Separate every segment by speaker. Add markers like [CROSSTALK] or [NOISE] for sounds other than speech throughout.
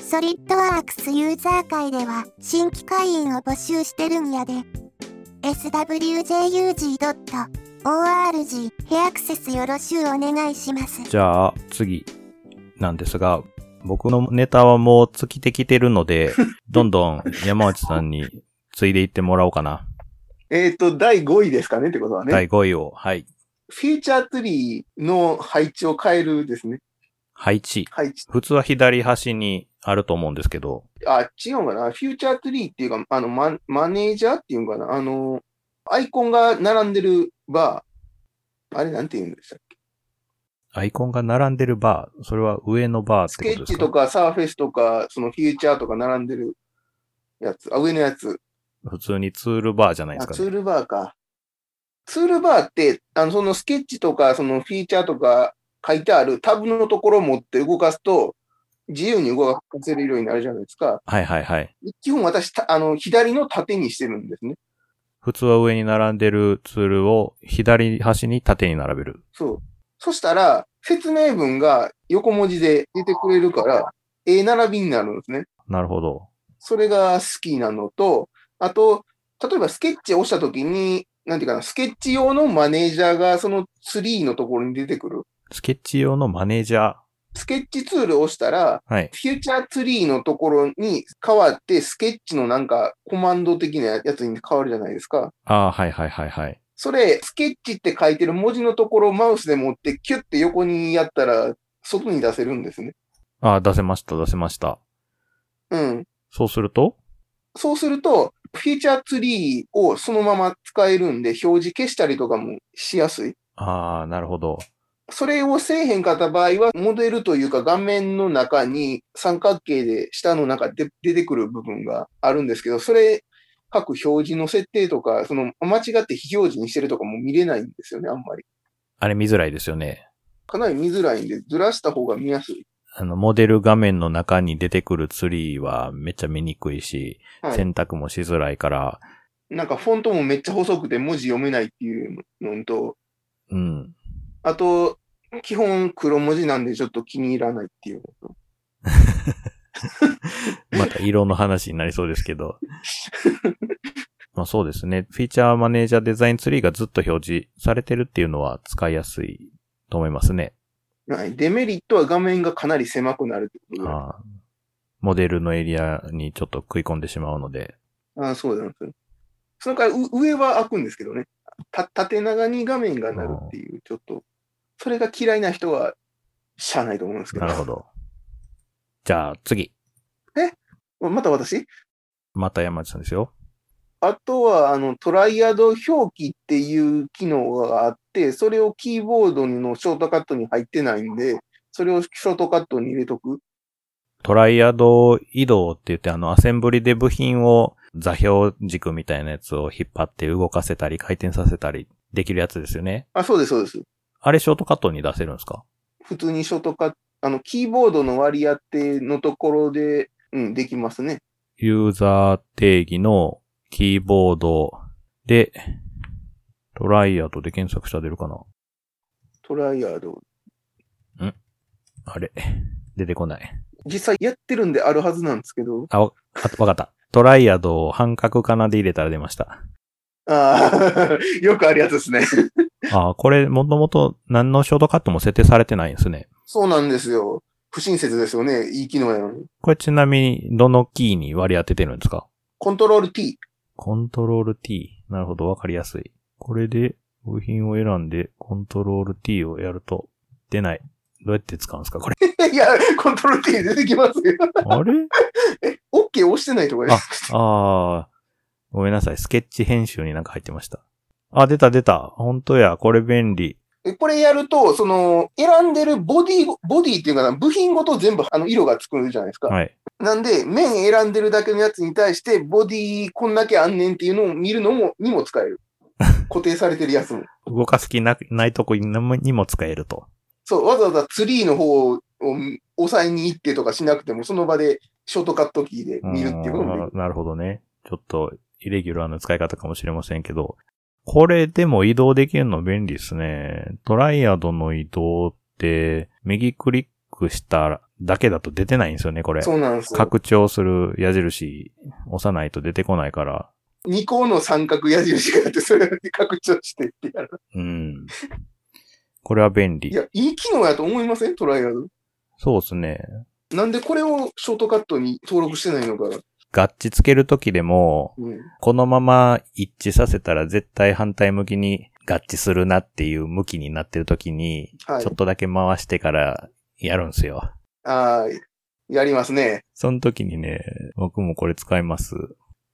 Speaker 1: ソリッドワークスユーザー会では新規会員を募集してるんやで。swjug.org へアクセスよろしゅうお願いします。
Speaker 2: じゃあ、次なんですが、僕のネタはもう尽きてきてるので、
Speaker 3: [LAUGHS]
Speaker 2: どんどん山内さんに継いでいってもらおうかな。
Speaker 3: えっ、と、第5位ですかねってことはね。
Speaker 2: 第5位を。はい。
Speaker 3: フューチャーツリーの配置を変えるですね。
Speaker 2: 配置。
Speaker 3: 配置。
Speaker 2: 普通は左端にあると思うんですけど、
Speaker 3: あ、違うかな。フューチャーツリーっていうか、あの、ママネージャーっていうんかな。あの、アイコンが並んでるバー。あれなんて言うんでしたっけ
Speaker 2: アイコンが並んでるバー、それは上のバー
Speaker 3: ス
Speaker 2: って
Speaker 3: ケ
Speaker 2: こと
Speaker 3: ッ
Speaker 2: です
Speaker 3: チ
Speaker 2: か
Speaker 3: とかサーフェスとか、そのフューチャーとか並んでるやつ。あ、上のやつ。
Speaker 2: 普通にツールバーじゃないです
Speaker 3: あ
Speaker 2: か
Speaker 3: ツ
Speaker 2: ね。
Speaker 3: ールバーか。ツールバーって、あの、そのスケッチとか、そのフィーチャーとか書いてあるタブのところを持って動かすと、自由に動かせるようになるじゃないですか。
Speaker 2: はいはいはい。
Speaker 3: 基本私、たあの、左の縦にしてるんですね。
Speaker 2: 普通は上に並んでるツールを左端に縦に並べる。
Speaker 3: そう。そしたら、説明文が横文字で出てくれるから、A 並びになるんですね。
Speaker 2: なるほど。
Speaker 3: それが好きなのと、あと、例えばスケッチを押したときに、なんていうかな、スケッチ用のマネージャーがそのツリーのところに出てくる。
Speaker 2: スケッチ用のマネージャー。
Speaker 3: スケッチツールを押したら、
Speaker 2: はい。
Speaker 3: フューチャーツリーのところに変わって、スケッチのなんかコマンド的なやつに変わるじゃないですか。
Speaker 2: ああ、はいはいはいはい。
Speaker 3: それ、スケッチって書いてる文字のところをマウスで持って、キュッて横にやったら、外に出せるんですね。
Speaker 2: ああ、出せました出せました。
Speaker 3: うん。
Speaker 2: そうすると
Speaker 3: そうすると、フューチャーツリーをそのまま使えるんで、表示消したりとかもしやすい。
Speaker 2: ああ、なるほど。
Speaker 3: それをせえへんかった場合は、モデルというか画面の中に三角形で下の中で出てくる部分があるんですけど、それ各表示の設定とか、その間違って非表示にしてるとかも見れないんですよね、あんまり。
Speaker 2: あれ見づらいですよね。
Speaker 3: かなり見づらいんで、ずらした方が見やすい。
Speaker 2: あの、モデル画面の中に出てくるツリーはめっちゃ見にくいし、
Speaker 3: はい。
Speaker 2: 選択もしづらいから、
Speaker 3: なんかフォントもめっちゃ細くて文字読めないっていうのと、
Speaker 2: うん。
Speaker 3: あと、基本黒文字なんでちょっと気に入らないっていうのと。
Speaker 2: また色の話になりそうですけ
Speaker 3: [LAUGHS]
Speaker 2: ど。まあそうですね。フィーチャーマネージャーデザインツリーがずっと表示されてるっていうのは使いやすいと思いますね。
Speaker 3: はい。デメリットは画面がかなり狭くなるってことだ。
Speaker 2: あーモデルのエリアにちょっと食い込んでしまうので。
Speaker 3: ああ、そうなんですよ。その代わりう上は開くんですけどね。た縦長に画面がなるっていう、ちょっと、それが嫌いな人は、しゃあないと思うんですけど。
Speaker 2: なるほ
Speaker 3: [LAUGHS]
Speaker 2: ど。じゃあ次。
Speaker 3: ど。また私
Speaker 2: また山内さんですよ。
Speaker 3: あとは、あの、トライアド表記っていう機能があって、それをキーボードのショートカットに入ってないんで、それをショートカットに入れとく。
Speaker 2: トライアド移動って言って、あの、アセンブリで部品を座標軸みたいなやつを引っ張って動かせたり、回転させたりできるやつですよね。
Speaker 3: あ、そうです、そうです。
Speaker 2: あれショートカットに出せるんですか
Speaker 3: 普通にショートカット、あの、キーボードの割り当てのところで、うん、できますね。
Speaker 2: ユーザー定義のキーボードで、トライアドで検索したら出るかな
Speaker 3: トライアド。
Speaker 2: あれ出てこない。
Speaker 3: 実際やってるんであるはずなんですけど、
Speaker 2: あ、わあわかった。トライアドを半角かなで入れたら出ました。
Speaker 3: ああ、 [LAUGHS] よくあるやつですね。
Speaker 2: あー、これもともと何のショートカットも設定されてないんですね。
Speaker 3: そうなんですよ。不親切ですよね。いい機能やのに。
Speaker 2: これちなみにどのキーに割り当ててるんですか
Speaker 3: コントロール [LAUGHS] T。
Speaker 2: コントロール T。なるほど、わかりやすい。これで、部品を選んで、コントロール T をやると、出ない。どうやって使うんですかこれ。
Speaker 3: いや、コントロール T 出てきますよ。
Speaker 2: あれ
Speaker 3: OK 押してないとかです。
Speaker 2: あー。ごめんなさい。スケッチ編集になんか入ってました。あ、出た出た。本当や。これ便利。
Speaker 3: えこれやると、その、選んでるボディ、ボディっていうかな、部品ごと全部あの色がつくじゃないですか。
Speaker 2: はい。
Speaker 3: なんで、面選んでるだけのやつに対して、ボディこんだけあんねんっていうのを見るのも、にも使 [LAUGHS] える。固定されてるやつも。
Speaker 2: 動かす気なないとこにもにも使えると。
Speaker 3: そう、わざわざツリーの方を押さえに行ってとかしなくても、その場でショートカットキーで見るっていうこともできる
Speaker 2: うんなるほどね。ちょっと、イレギュラーな使い方かもしれませんけど、これでも移動できるの便利ですね。トライアドの移動って、右クリックしただけだと出てないんですよね、これ。
Speaker 3: そうなんですよ。
Speaker 2: 拡張する矢印押さないと出てこないから。
Speaker 3: 二項の三角矢印があって、それで拡張してってやる。
Speaker 2: うん。これは便
Speaker 3: い
Speaker 2: 利。
Speaker 3: や、いい機能やと思いませんトライアル。
Speaker 2: そうですね。
Speaker 3: なんでこれをショートカットに登録してないのか。
Speaker 2: ガッチつけるときでも、
Speaker 3: うん。
Speaker 2: このまま一致させたら絶対反対向きに合致するなっていう向きになってるときに、
Speaker 3: はい
Speaker 2: ちょっとだけ回してからやるんですよ。
Speaker 3: ああ、やりますね。
Speaker 2: その時にね、僕もこれ使います。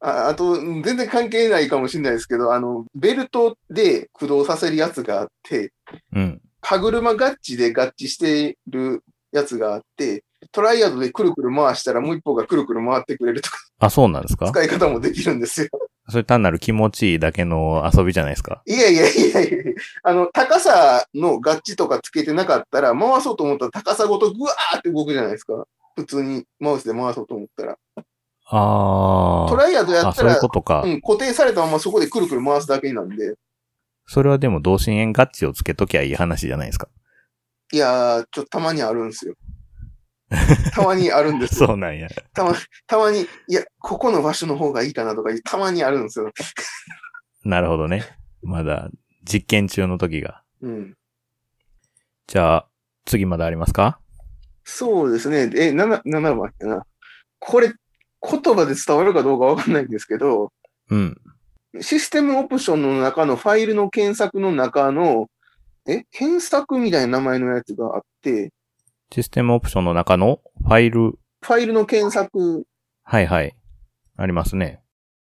Speaker 3: ああと、全然関係ないかもしれないですけど、あの、ベルトで駆動させるやつがあって、
Speaker 2: うん。
Speaker 3: 歯車合致で合致してるやつがあって、トライアドでくるくる回したらもう一方がくるくる回ってくれるとか、
Speaker 2: あ、そうなんですか
Speaker 3: 使い方もできる
Speaker 2: [LAUGHS]
Speaker 3: んですよ。
Speaker 2: それ単なる気持ちいいだけの遊びじゃないですか。
Speaker 3: いやいやいやいやあの、高さの合致とかつけてなかったら、回そうと思ったら高さごとぐわーって動くじゃないですか。普通にマウスで回そうと思ったら。
Speaker 2: あ
Speaker 3: トライアド
Speaker 2: あ。
Speaker 3: や
Speaker 2: あ、
Speaker 3: っ
Speaker 2: そ
Speaker 3: た
Speaker 2: ういう
Speaker 3: ら、
Speaker 2: ことか。
Speaker 3: うん、固定されたままそこでくるくる回すだけなんで、
Speaker 2: それはでも同心円合致をつけときゃいい話じゃないですか。
Speaker 3: いやー、ちょっとたまにあるんですよ。たまにあるんです
Speaker 2: [LAUGHS]
Speaker 3: よ。
Speaker 2: そうなんや。
Speaker 3: たまたまに、いや、ここの場所の方がいいかなとかいう、たまにあるんですよ。
Speaker 2: なるほどね。まだ実験中の時が。
Speaker 3: うん。
Speaker 2: じゃあ、次まだありますか
Speaker 3: そうですね。え、7、7番やな。これ、言葉で伝わるかどうかわかんないんですけど、
Speaker 2: うん。
Speaker 3: システムオプションの中のファイルの検索の中の、え、検索みたいな名前のやつがあって、
Speaker 2: システムオプションの中のファイル。
Speaker 3: ファイルの検索、
Speaker 2: はいはい。ありますね。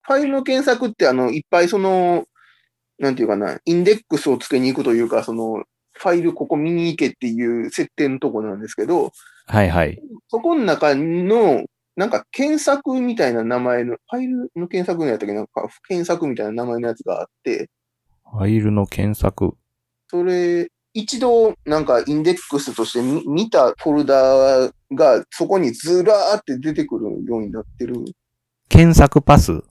Speaker 3: ファイルの検索ってあの、いっぱいその、なんていうかな、インデックスをつけに行くというか、その、ファイルここ見に行けっていう設定のとこなんですけど、
Speaker 2: はいはい。
Speaker 3: そこの中の、なんか検索みたいな名前の、ファイルの検索のやったっけなんか検索みたいな名前のやつがあって、
Speaker 2: ファイルの検索。
Speaker 3: それ、一度、なんか、インデックスとしてみ見たフォルダーが、そこにずらーって出てくるようになってる。
Speaker 2: 検索パス。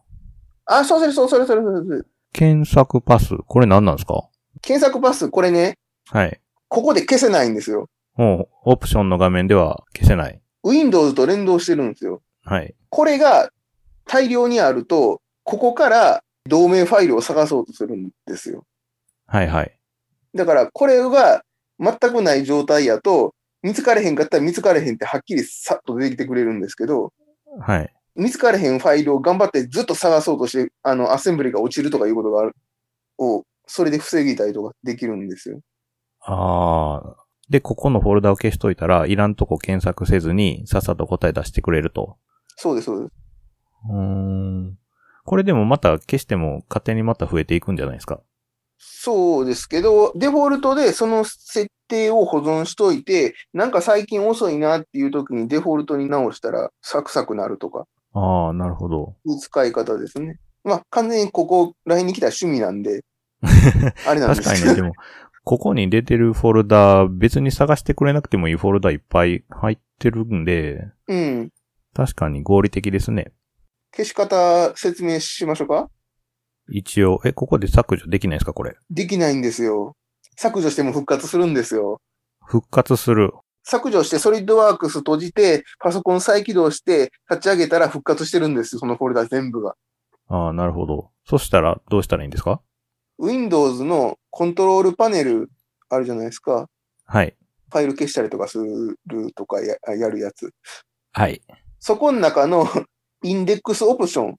Speaker 3: あ、そうそれ、そうそれ、それ、それ、それ。
Speaker 2: 検索パス。これ何なんですか
Speaker 3: 検索パス、これね、
Speaker 2: はい。
Speaker 3: ここで消せないんですよ。
Speaker 2: もう、オプションの画面では消せない。
Speaker 3: Windows と連動してるんですよ。
Speaker 2: はい。
Speaker 3: これが大量にあると、ここから同名ファイルを探そうとするんですよ。
Speaker 2: はいはい。
Speaker 3: だから、これが全くない状態やと、見つかれへんかったら見つかれへんってはっきりさっと出てきてくれるんですけど、
Speaker 2: はい。
Speaker 3: 見つかれへんファイルを頑張ってずっと探そうとして、あの、アセンブリが落ちるとかいうことがある、を、それで防ぎたりとかできるんですよ。
Speaker 2: あー。で、ここのフォルダを消しといたら、いらんとこ検索せずに、さっさと答え出してくれると。
Speaker 3: そうです、そうです。
Speaker 2: うーん。これでもまた消しても、勝手にまた増えていくんじゃないですか。
Speaker 3: そうですけど、デフォルトでその設定を保存しといて、なんか最近遅いなっていう時にデフォルトに直したらサクサクなるとか、
Speaker 2: ああ、なるほど。
Speaker 3: いう使い方ですね。まあ、完全にここ、LINE に来た趣味な
Speaker 2: [LAUGHS]
Speaker 3: んで、あれなん
Speaker 2: 確
Speaker 3: です
Speaker 2: か
Speaker 3: け
Speaker 2: に
Speaker 3: ど
Speaker 2: ね、でも、ここに出てるフォルダ、別に探してくれなくてもいいフォルダいっぱい入ってるんで、
Speaker 3: うん。
Speaker 2: 確かに合理的ですね。
Speaker 3: 消し方説明しましょうか
Speaker 2: 一応、え、ここで削除できないですか、これ。
Speaker 3: できないんですよ。削除しても復活するんですよ。
Speaker 2: 復活する。
Speaker 3: 削除して、ソリッドワークス閉じて、パソコン再起動して、立ち上げたら復活してるんですよ、そのフォルダ全部が。
Speaker 2: ああ、なるほど。そしたら、どうしたらいいんですか
Speaker 3: Windows のコントロールパネルあるじゃないですか。
Speaker 2: はい。
Speaker 3: ファイル消したりとかするとかややるやつ。
Speaker 2: はい。
Speaker 3: そこの中の [LAUGHS] インデックスオプションっ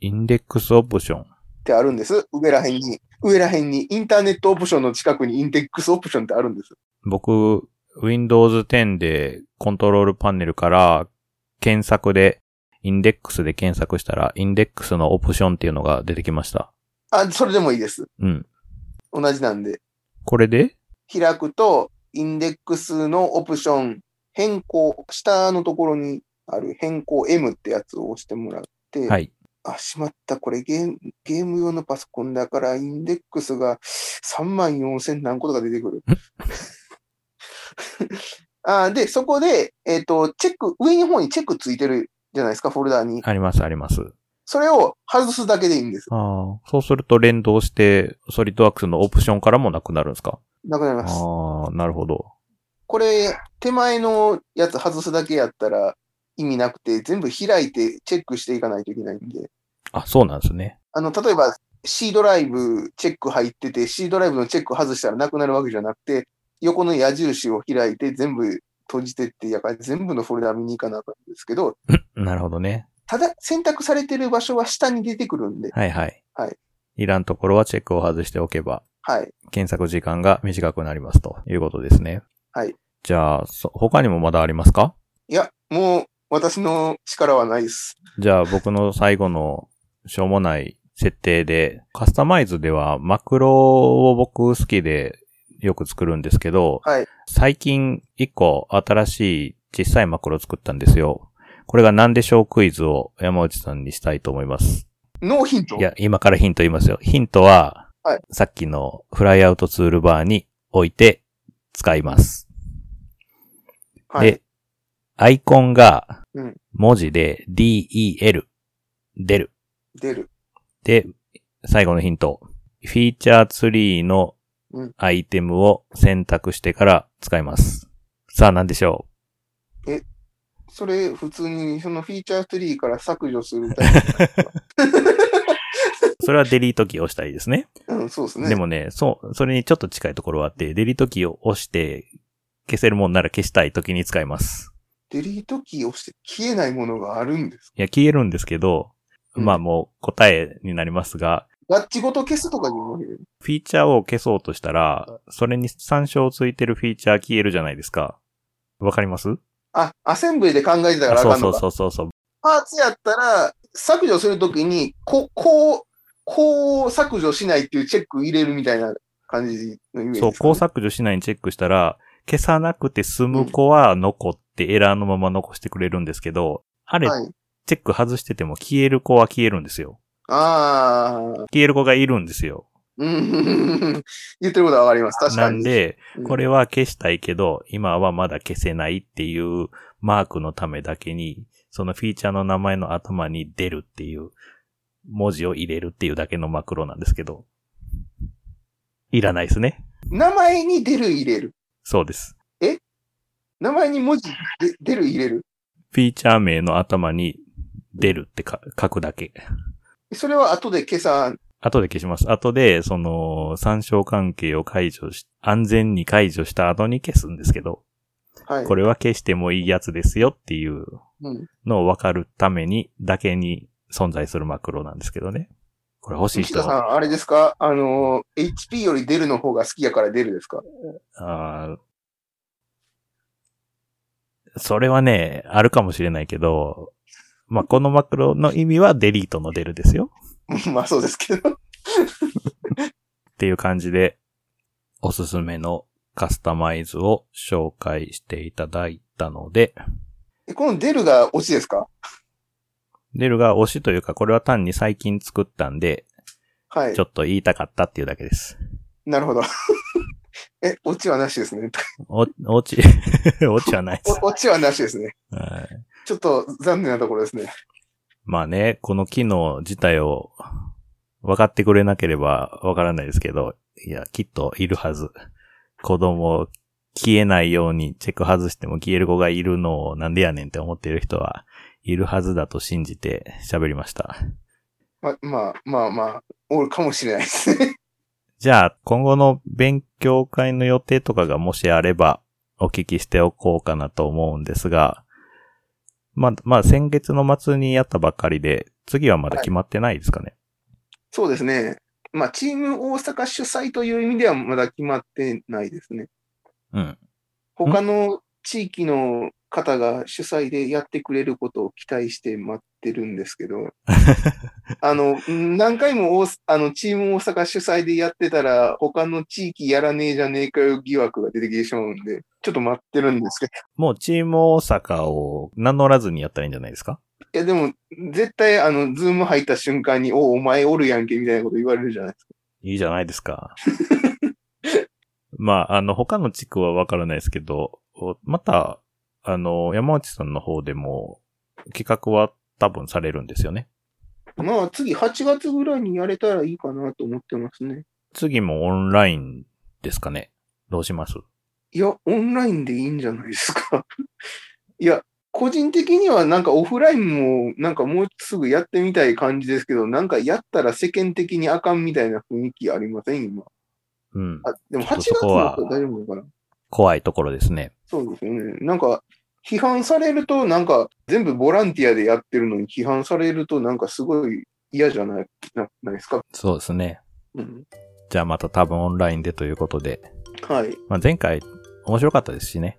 Speaker 2: インデックスオプション。
Speaker 3: てあるんです。上ら辺に。上ら辺にインターネットオプションの近くにインデックスオプションってあるんです。
Speaker 2: 僕、Windows 10でコントロールパネルから検索で、インデックスで検索したら、インデックスのオプションっていうのが出てきました。
Speaker 3: あ、それでもいいです。
Speaker 2: うん。
Speaker 3: 同じなんで。
Speaker 2: これで
Speaker 3: 開くと、インデックスのオプション、変更、下のところにある変更 M ってやつを押してもらって、
Speaker 2: はい。
Speaker 3: あ、しまった、これゲームゲーム用のパソコンだから、インデックスが3万4千何個とか出てくる。 [LAUGHS] あで、そこで、えっ、と、チェック、上の方にチェックついてるじゃないですか、フォルダーに。
Speaker 2: あります、あります。
Speaker 3: それを外すだけでいいんです。
Speaker 2: ああ、そうすると連動して、ソリッドワークスのオプションからもなくなるんですか
Speaker 3: なくなります。
Speaker 2: ああ、なるほど。
Speaker 3: これ、手前のやつ外すだけやったら意味なくて、全部開いてチェックしていかないといけないんで。
Speaker 2: あ、そうなんですね。
Speaker 3: あの、例えば C ドライブチェック入ってて、C ドライブのチェック外したらなくなるわけじゃなくて、横の矢印を開いて全部閉じてって、やから全部のフォルダ見に行かなあかったんですけど、
Speaker 2: なるほどね。
Speaker 3: ただ選択されてる場所は下に出てくるんで、
Speaker 2: はいはい。
Speaker 3: はい。
Speaker 2: いらんところはチェックを外しておけば、
Speaker 3: はい。
Speaker 2: 検索時間が短くなりますということですね。
Speaker 3: はい。
Speaker 2: じゃあ、そ他にもまだありますか
Speaker 3: いや、もう私の力はないです。
Speaker 2: じゃあ僕の最後のしょうもない設定で、カスタマイズではマクロを僕好きでよく作るんですけど、
Speaker 3: はい
Speaker 2: 最近一個新しい小さいマクロ作ったんですよ。これが何でしょうクイズを山内さんにしたいと思います。
Speaker 3: ノーヒント
Speaker 2: いや、今からヒント言いますよ。ヒントは、
Speaker 3: はい
Speaker 2: さっきのフライアウトツールバーに置いて使います。
Speaker 3: はい
Speaker 2: で。、アイコンが
Speaker 3: うん
Speaker 2: 文字で DEL、出る。
Speaker 3: 出る。
Speaker 2: で、最後のヒント。フィーチャーツリーの
Speaker 3: うん
Speaker 2: アイテムを選択してから使います。さあ何でしょ
Speaker 3: それ普通にそのフィーチャーツリーから削除するタイ
Speaker 2: うそれはデリートキーを押したらいいですね。 [LAUGHS]
Speaker 3: プ。うん、そうですね。
Speaker 2: でもね、そう、それにちょっと近いところはあって、デリートキーを押して消せるもんなら消したい時に使います。
Speaker 3: デリートキーを押して消えないものがあるんです。
Speaker 2: いや、消えるんですけど、
Speaker 3: うん
Speaker 2: まあもう答えになりますが、
Speaker 3: ガッチごと消すとかにも、
Speaker 2: フィーチャーを消そうとしたら、それに参照ついてるフィーチャー消えるじゃないですか。わかります
Speaker 3: あ、アセンブリで考えてたからあ
Speaker 2: そ
Speaker 3: か
Speaker 2: うんそ
Speaker 3: の
Speaker 2: う
Speaker 3: か。
Speaker 2: そうそうそう。
Speaker 3: パーツやったら、削除するときに、こ、こう、こう削除しないっていうチェック入れるみたいな感じのイメージですかね、
Speaker 2: そう、こう削除しないにチェックしたら、消さなくて済む子は残ってエラーのまま残してくれるんですけど、あれ、
Speaker 3: はい。
Speaker 2: チェック外してても消える子は消えるんですよ。
Speaker 3: ああ、
Speaker 2: 消える子がいるんですよ。
Speaker 3: うん、 [LAUGHS] 言ってることはわかります。確
Speaker 2: な
Speaker 3: か
Speaker 2: ん
Speaker 3: に。
Speaker 2: で、
Speaker 3: うん
Speaker 2: これは消したいけど、今はまだ消せないっていうマークのためだけに、そのフィーチャーの名前の頭に出るっていう文字を入れるっていうだけのマクロなんですけど、いらないですね。
Speaker 3: 名前に出る入れる。
Speaker 2: そうです。
Speaker 3: 名前に文字で出る入れる。
Speaker 2: フィーチャー名の頭に出るってか書くだけ。
Speaker 3: それは後で消さん。
Speaker 2: 後で消します。後で、その、参照関係を解除し、安全に解除した後に消すんですけど、
Speaker 3: はい。
Speaker 2: これは消してもいいやつですよっていう
Speaker 3: うん、
Speaker 2: のを分かるために、だけに存在するマクロなんですけどね。これ欲しい
Speaker 3: 西
Speaker 2: 人
Speaker 3: 田さ
Speaker 2: は、
Speaker 3: ん、あれですかあの、HP より出るの方が好きやから出るですか [LAUGHS]
Speaker 2: あーそれはね、あるかもしれないけど、まあ、このマクロの意味はデリートの出るですよ。
Speaker 3: まあそうですけど。
Speaker 2: っていう感じで、おすすめのカスタマイズを紹介していただいたので、
Speaker 3: えこの出るが推しですか
Speaker 2: デルが推しというか、これは単に最近作ったんで、
Speaker 3: はい
Speaker 2: ちょ。っと言いたかったっていうだけです。
Speaker 3: なるほど。 [LAUGHS] え、オチはなしですね。
Speaker 2: お、おち、 [LAUGHS] おちはないです。
Speaker 3: おオチはなしですね。
Speaker 2: はい
Speaker 3: ちょっと残念なところですね。
Speaker 2: まあね、この機能自体を分かってくれなければ分からないですけど、いや、きっといるはず。子供を消えないようにチェック外しても消える子がいるのをなんでやねんって思ってる人はいるはずだと信じて喋りました。
Speaker 3: ま、まあまあまあ、おるかもしれないですね。 [LAUGHS]
Speaker 2: じゃあ、今後の勉強会の予定とかがもしあれば、お聞きしておこうかなと思うんですが、まあ、まあ、先月の末にやったばっかりで、次はまだ決まってないですかね。
Speaker 3: そうですね。まあ、チーム大阪主催という意味ではまだ決まってないですね。
Speaker 2: うん。
Speaker 3: 他の地域の方が主催でやってくれることを期待して待ってるんですけど、あの、うん何回も大あのチーム大阪主催でやってたら、他の地域やらねえじゃねえかよ疑惑が出てきてしまうんで、ちょっと待ってるんですけ
Speaker 2: もうチーム大阪を名乗らずにやったらいいんじゃないですか
Speaker 3: ど、いやでも、絶対あの、ズーム入った瞬間に、おお前おるやんけみたいなこと言われるじゃないですか。
Speaker 2: いいじゃないですか。まあ、あの、他の地区はわからないですけど、おまた、あの、山内さんの方でも企画は多分されるんですよね。
Speaker 3: まあ次8月ぐらいにやれたらいいかなと思ってますね。
Speaker 2: 次もオンラインですかね。どうします
Speaker 3: いや、オンラインでいいんじゃないですか。 [LAUGHS] いや、個人的にはなんかオフラインもなんかもうすぐやってみたい感じですけど、なんかやったら世間的にあかんみたいな雰囲気ありません今。
Speaker 2: うん。
Speaker 3: あ、でも8
Speaker 2: ちょっと
Speaker 3: 月
Speaker 2: そこ
Speaker 3: だ
Speaker 2: は
Speaker 3: と大丈夫かな
Speaker 2: 怖いところですね。
Speaker 3: そうですよね。なんか、批判されると、なんか、全部ボランティアでやってるのに批判されると、なんかすごい嫌じゃない、なないですか。
Speaker 2: そうですね。
Speaker 3: うん。
Speaker 2: じゃあまた多分オンラインでということで。
Speaker 3: はい。
Speaker 2: まあ、前回面白かったですしね。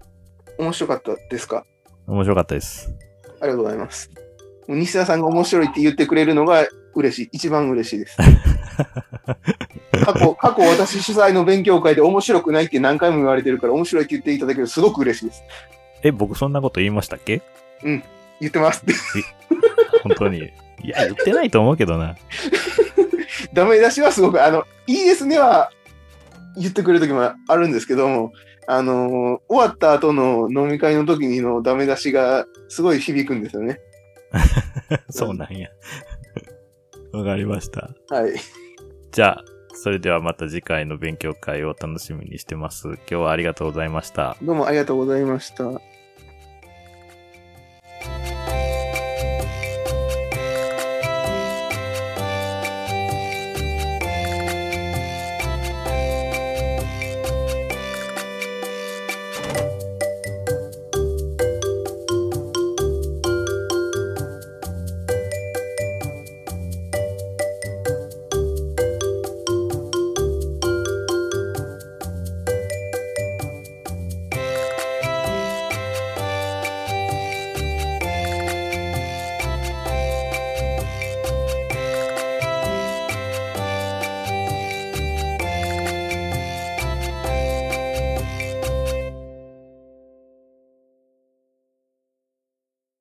Speaker 3: 面白かったですか
Speaker 2: 面白かったです。
Speaker 3: ありがとうございます。もう西田さんが面白いって言ってくれるのが嬉しい。一番嬉しいです。過去、過去私主催の勉強会で面白くないって何回も言われてるから面白いって言っていただけるとすごく嬉しいです。
Speaker 2: え、僕そんなこと言いましたっけ
Speaker 3: 言ってます。 [LAUGHS]
Speaker 2: 本当に。いや、言ってないと思うけどな。 [LAUGHS]
Speaker 3: ダメ出しはすごく、あの、いいですねは言ってくれる時もあるんですけども、あのー終わった後の飲み会の時にのダメ出しがすごい響くんですよね。
Speaker 2: そうなんや。 [LAUGHS] わかりました。
Speaker 3: はい。
Speaker 2: じゃあ、それではまた次回の勉強会を楽しみにしてます。今日はありがとうございました。
Speaker 3: どうもありがとうございました。